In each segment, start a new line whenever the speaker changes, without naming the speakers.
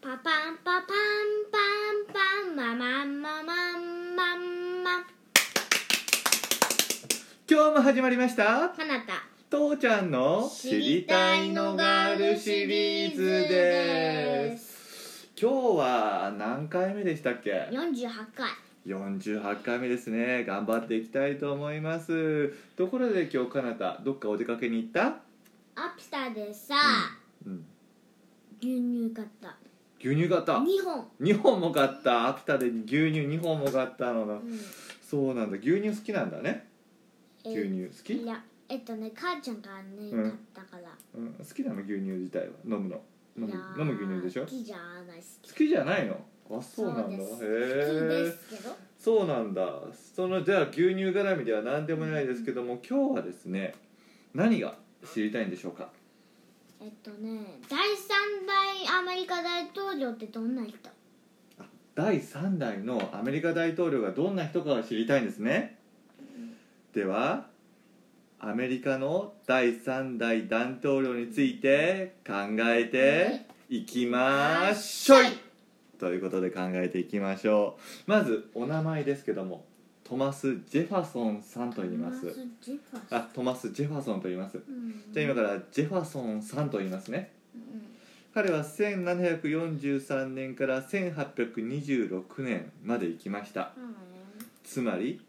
パパンパパンパンパンママンママンマンマン
今日も始まりました
かなた
父ちゃんの
知りたいのがあるシリーズです
今日は何回目でしたっけ
48回
48回目ですね頑張っていきたいと思いますところで今日かなたどっかお出かけに行った、
アピタでさ
うん、
牛乳買った
牛乳買った
2本
2本も買ったアピタで牛乳2本も買ったのだ、
うん
そうなんだ牛乳好きなんだね
え
牛乳好き、
いやえっとね母ちゃんからね
うん
買ったから
うん、好きなの牛乳自体は飲むの飲
いやー
む飲む牛乳でしょ
好きじゃない好き
好きじゃないのあそうなん
で
だへ
す好きで
え
すけど
そうなんだそのじゃあ牛乳絡みでは何でもないですけども今日はですね何が知りたいんでしょうか
えっとね第3代アメリカ大統領ってどんな人
第3代のアメリカ大統領がどんな人かを知りたいんですねではアメリカの第3代大統領について考えていきましょいということで考えていきましょうまずお名前ですけどもトマス・ジェファソンさんと言いま
トマ
す
スジェファソン
あトマス・ジェファソンと言います
うん
じゃあ今からジェファソンさんと言いますね
うん
彼は1743年から1826年まで生きましたつまり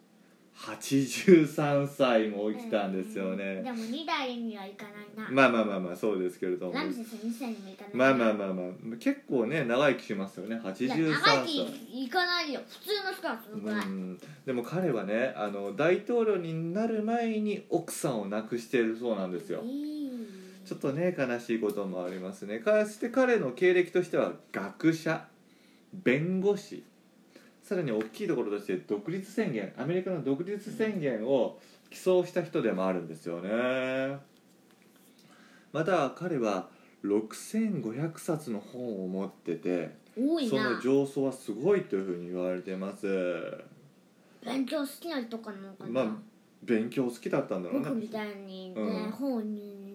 83歳も生きたんですよ
うん
ね
でも2代にはいかないな、
まあまあまあまあそうですけれども
ラムセス2世にもいかない
まあまあ
あ
まあまあ結構ね長生きしますよね
い
83
や
歳
長生きいかないよ普通の人はそのく
う
らい、
んでも彼はねあの大統領になる前に奥さんを亡くしているそうなんですよ
いい
ちょっとね悲しいこともありますねかそして彼の経歴としては学者弁護士さらに大きいところとして独立宣言アメリカの独立宣言を起草した人でもあるんですよねまた彼は6500冊の本を持ってて
多い
そ
な
の上層はすごいというふうに言われてます
勉強好きな人かなのかな、
まあ勉強好きだったんだろうね
僕みたいにね、
うん
本を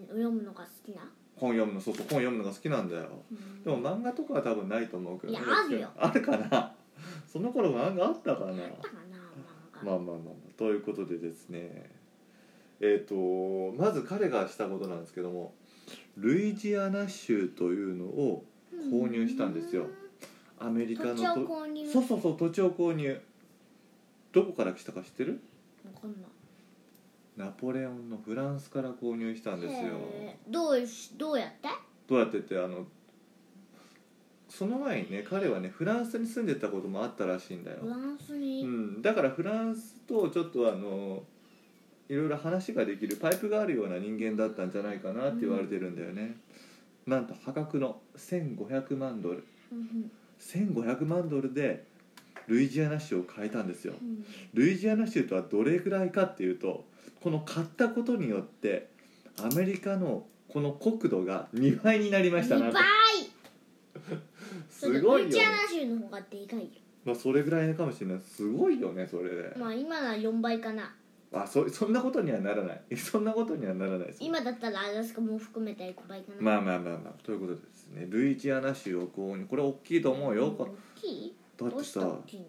読むのが好きな、
本読むのそうそう本読むのが好きなんだよ
うん
でも漫画とかは多分ないと思うけど、
いやあるよ
あるかな その頃漫画あったかな
あったかな漫画、
まあまあまあまあということでですねえっ、とまず彼がしたことなんですけどもルイジアナ州というのを購入したんですよアメリカ
土
の
地を
と
購入
そうそうそう土地を購入どこから来たか知ってる
わかんない
ナポレオンのフランスから購入したんですよ
へーどうしどうやって
どうやってってあのその前にね彼はねフランスに住んでたこともあったらしいんだよ
フランス
う
に、
ん、だからフランスとちょっとあのいろいろ話ができるパイプがあるような人間だったんじゃないかなって言われてるんだよね、なんと破格の1500万ドル
うん
1500万ドルでルイジアナ州を買えたんですよ
うん
ルイジアナ州とはどれぐらいかっていうとこの買ったことによってアメリカのこの国土が2倍になりましたな
2
ん
倍
てすごい
ル
よ
イ
ね
ジアナ州の方がでかいよ
まあそれぐらいかもしれないすごいよねそれで、
まあ今なら4倍かな
あそそんなことにはならない そんなことにはならないです
今だったらアラスカも含めて5倍かな
まあまあまあまあということでですねルイジアナ州を購入これ大きいと思うよ、
大きい
だっ
ど
て
うした
さ
大きいの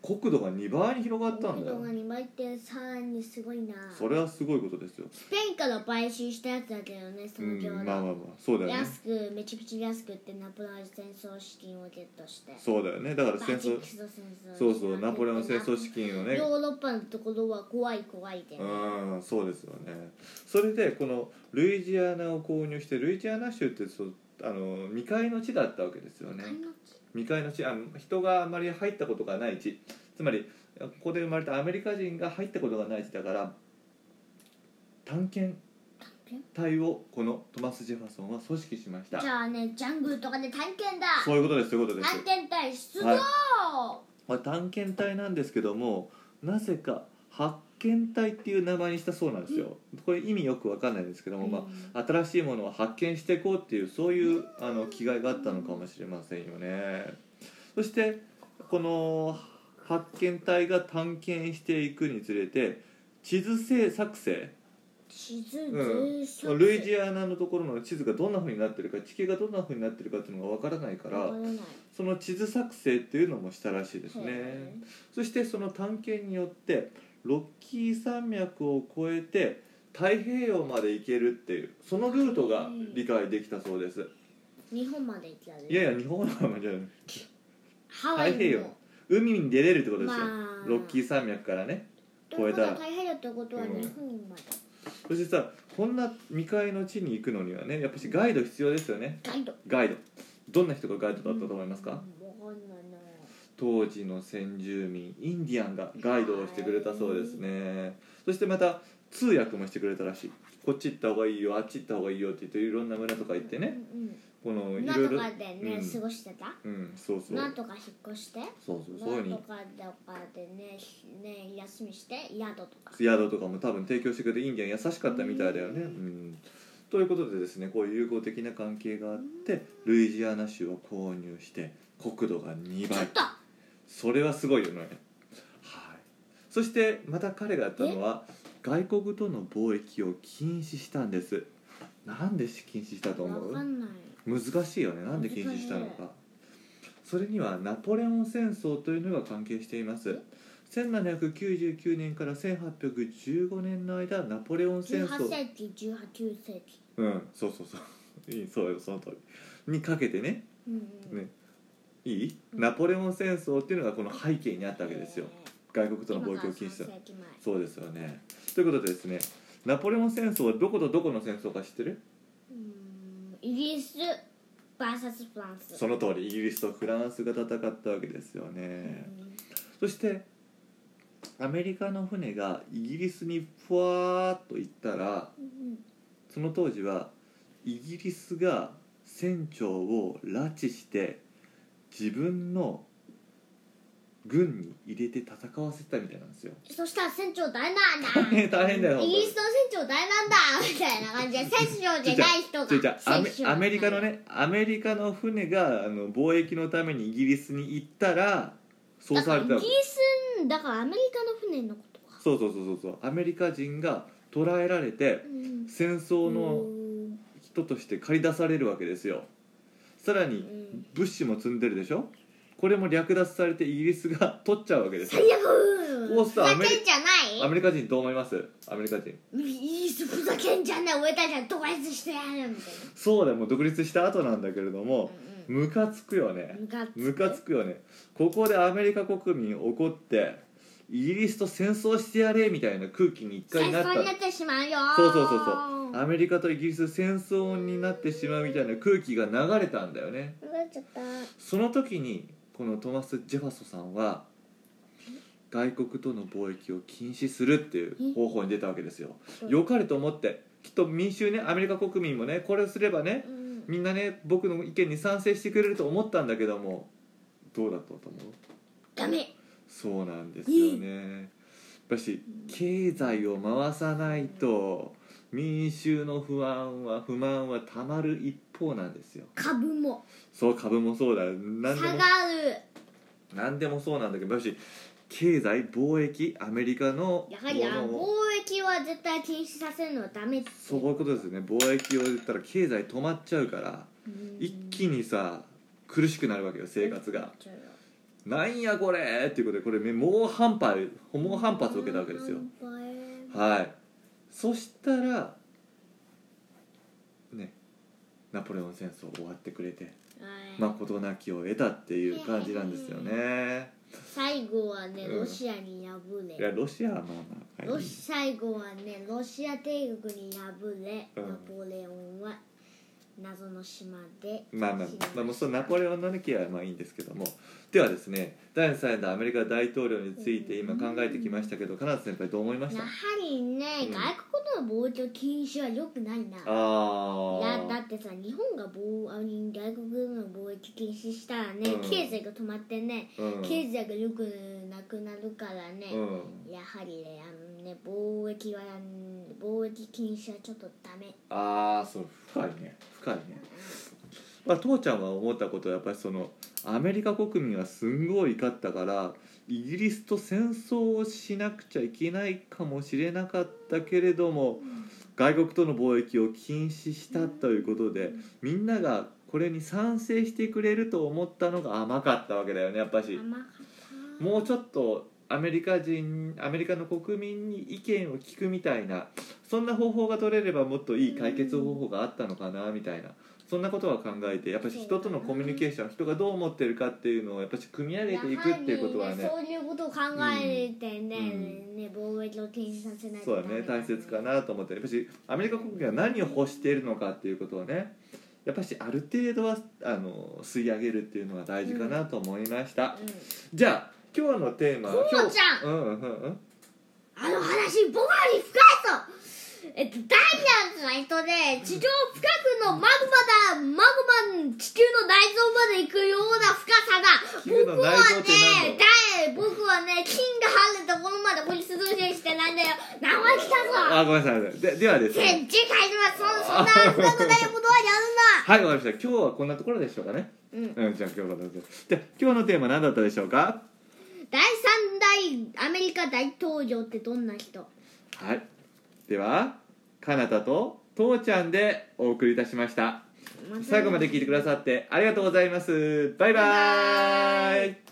国土が2倍に広がったん
国
だ
土
よ
が2倍ってさらにすごいな
それはすごいことですよ
スペインから買収したやつだけどねそうの
ん
餃子、
まあまあまあそうだよね
安くめちゃくちゃ安く売ってナポレオン戦争資金をゲットして
そうだよねだから戦争
バチクソ戦争
そうそうナポレオン戦争資金をね
ヨーロッパのところは怖い怖いで、
うんそうですよねそれでこのルイジアナを購入してルイジアナ州ってそうあの未開の地だったわけですよね
買いの
未開の地あの人があまり入ったことがない地つまりここで生まれたアメリカ人が入ったことがない地だから探検
検
隊をこのトマス・ジェファソンは組織しました
じゃあねジャングルとかで探検だ
そういうことですそういうことです
探検隊出動、
はいまあ、探検隊なんですけどもなぜか発見隊っていう名前にしたそうなんですよこれ意味よくわかんないんですけども、まあ、新しいものを発見していこうっていうそういうあの気概があったのかもしれませんよねそしてこの発見隊が探検していくにつれて地図制作成
地図
うん
図書
ルイジアナのところの地図がどんな風になってるか地形がどんな風になってるかっていうのがわからないか
わ
ら
からない
その地図作成っていうのもしたらしいですね
へ
そしてその探検によってロッキー山脈を越えて太平洋まで行けるっていうそのルートが理解できたそうです
え日本まで行ったね
いやいや日本のまじゃない
ハワイ
太平
に
洋
も
海に出れるってことですよ、
まあ
ロッキー山脈からね
ということは
越えたら
太平洋ってことは日本まで
そしてさこんな未開の地に行くのにはねやっぱしガイド必要ですよね
ガイドだ
ガイドどんな人がガイドだったと思いますか、
わかんないな
当時の先住民インディアンがガイドをしてくれたそうですねそしてまた通訳もしてくれたらしいこっち行った方がいいよあっち行った方がいいよって言っていろんな村とか行ってねこのい
な
ろい
んと
ろ
かでね
うん
過ごしてた
うんそうそう
なんとか引っ越して
そうそうそう
な
いうふうんに
とかとかでねしね休みして宿とか
宿とかも多分提供してくれてインディアン優しかったみたいだよね、う
うん
ん、ということでですねこういう友好的な関係があってルイジアナ州を購入して国土が2
ちょ
倍
っと
それはすごいよねはいそしてまた彼がやったのは外国との貿易を禁止したんですなんで禁止したと思
わか
うん
ない
難しいよねなんで禁止したのかそれにはナポレオン戦争というのが関係しています1799年から1815年の間ナポレオン戦
18
争
世紀18世紀
うんそうそうそう いいそうよその通りにかけてね
うんうん
ねいい、
うん
ナポレオン戦争っていうのがこの背景にあったわけですよ外国との貿易を禁止した
今から3世紀前
そうですよねということでですねナポレオン戦争はどことどこの戦争か知ってる
うーんイギリス VS フランス
その通りイギリスとフランスが戦ったわけですよ
う
ね、
ん
そしてアメリカの船がイギリスにふわーっと行ったら
うん
その当時はイギリスが船長を拉致して自分の軍に入れて戦わせたみたいなんですよ
そしたら船長大なんだ
大変だよ
イギ
本当に
リスの船長大なんだみたいな感じで船長じゃない人が
じゃあアメ
船長
アメリカのねアメリカの船があの貿易のためにイギリスに行ったらそう
だか
さ
ら
れ
イ
た
ギ
の
リスだからアメリカの船のことか
そうそうそうそうそうアメリカ人が捕らえられて
うん
戦争の人として駆り出されるわけですよさらに
うん
物資も積んでるでしょこれも略奪されてイギリスが取っちゃうわけです
最
よ
悪
こうさア
ふ
メ
ざ
リ
けんじゃ
ア
ない
メリカ人どう思いますアメリカ人
イギリスふざけんじゃない俺たちは独立してやるみたい
そうだよもう独立した後なんだけれども
なうん
ムカつくよね
うんムカつく
ムカつくよねここでアメリカ国民怒ってイギリスと戦争してやれみたいな空気に一
戦
回なっ
争にな
た
ってしまうよ
そうそうそうそうアメリカとイギリス戦争になってしまうみたいな空気が流れたんだよね
うわちゃった
その時にこのトマス・ジェファソさんは外国との貿易を禁止するっていう方法に出たわけですよ
うん
良かれと思ってきっと民衆ねアメリカ国民もねこれをすればね
うん
みんなね僕の意見に賛成してくれると思ったんだけどもどうだったと思う
ダメ
そうなんですよねやっぱし経済を回さないと民衆の不安は不満はたまる一方なんですよ
株も
そう株もそうだよ
下
何で
が
も
る
何でもそうなんだけどやっぱし経済貿易アメリカの
やはりあ
もの
貿
を
易は絶対禁止させるのはダメ
そういうことですよね貿易を言ったら経済止まっちゃうから
うん
一気にさ苦しくなるわけよ生活がなんやこれっていうことでこれめ猛反発猛反発を受けたわけですよはいそしたらねナポレオン戦争終わってくれて
はい
まことなきを得たっていう感じなんですよね
最後はね
うん
ロシアに敗
いや
れ
ロシアはまあまあ
ロシ最後はねロシア帝国に敗れ
うん
ナポレオンは謎の島で
まあまあ
死に、
まあ、もうそのナポレオンの抜きはまあいいんですけどもではですね第3代のアメリカ大統領について今考えてきましたけど金田先輩どう思いまし
や
た
はりね、
うん
外国との貿易禁止は良くないな
あ
いやだ
ー
ってさ日本が貿あの外国の貿易禁止したらね、
うん
経済が止まってね、
うん
経済が良くなくなるからね、
うん
やはりねあのね貿易はうん貿易禁止はちょっとダメ
ああそう深いね深いねまあ父ちゃんは思ったことはやっぱりそのアメリカ国民はすんごい怒ったからイギリスと戦争をしなくちゃいけないかもしれなかったけれども外国との貿易を禁止したということで、みんながこれに賛成してくれると思ったのが甘かったわけだよねやっぱし。
甘かった
もうちょっとアメリカ人アメリカの国民に意見を聞くみたいなそんな方法が取れればもっといい解決方法があったのかなみたいなそんなことは考えてやっぱり人とのコミュニケーション人がどう思ってるかっていうのをやっぱり組み上げていくっていうことは
や
ね
はりねそういうことを考えてね,、
うん
ね貿易を禁止させない
そうだね大切かなと思ってやっぱしアメリカ国民は何を欲しているのかっていうことをねやっぱしある程度はあの吸い上げるっていうのが大事かなと思いました、
うん
じゃあ今日のテーマ
コ
は今
モ
日
ちゃ
うんうんうん
あの話僕らに深いぞえっとダイヤンズの人で地上深くのマグマだマグマ地球の内臓まで行くような深さだ
地球
僕
の内臓
は
っ
ね
て何だ
だい僕はね金が入るところまで掘り進めしてないんだよ生きたぞ
あごめんなさいごめんなさいでではです
全
ね
次回ではそそんな深くないことはや
はい、わかりました。今日はこんなところでしょうかね。
るなうん
うん、じゃあ今日はどうぞ。じゃあ今日のテーマ何だったでしょうか
第3代アメリカ大統領ってどんな人
はい。では、かなたととーちゃんでお送りいたしました。最後まで聞いてくださってありがとうございます。バイバ
バイバ
ー
ー
イ
イ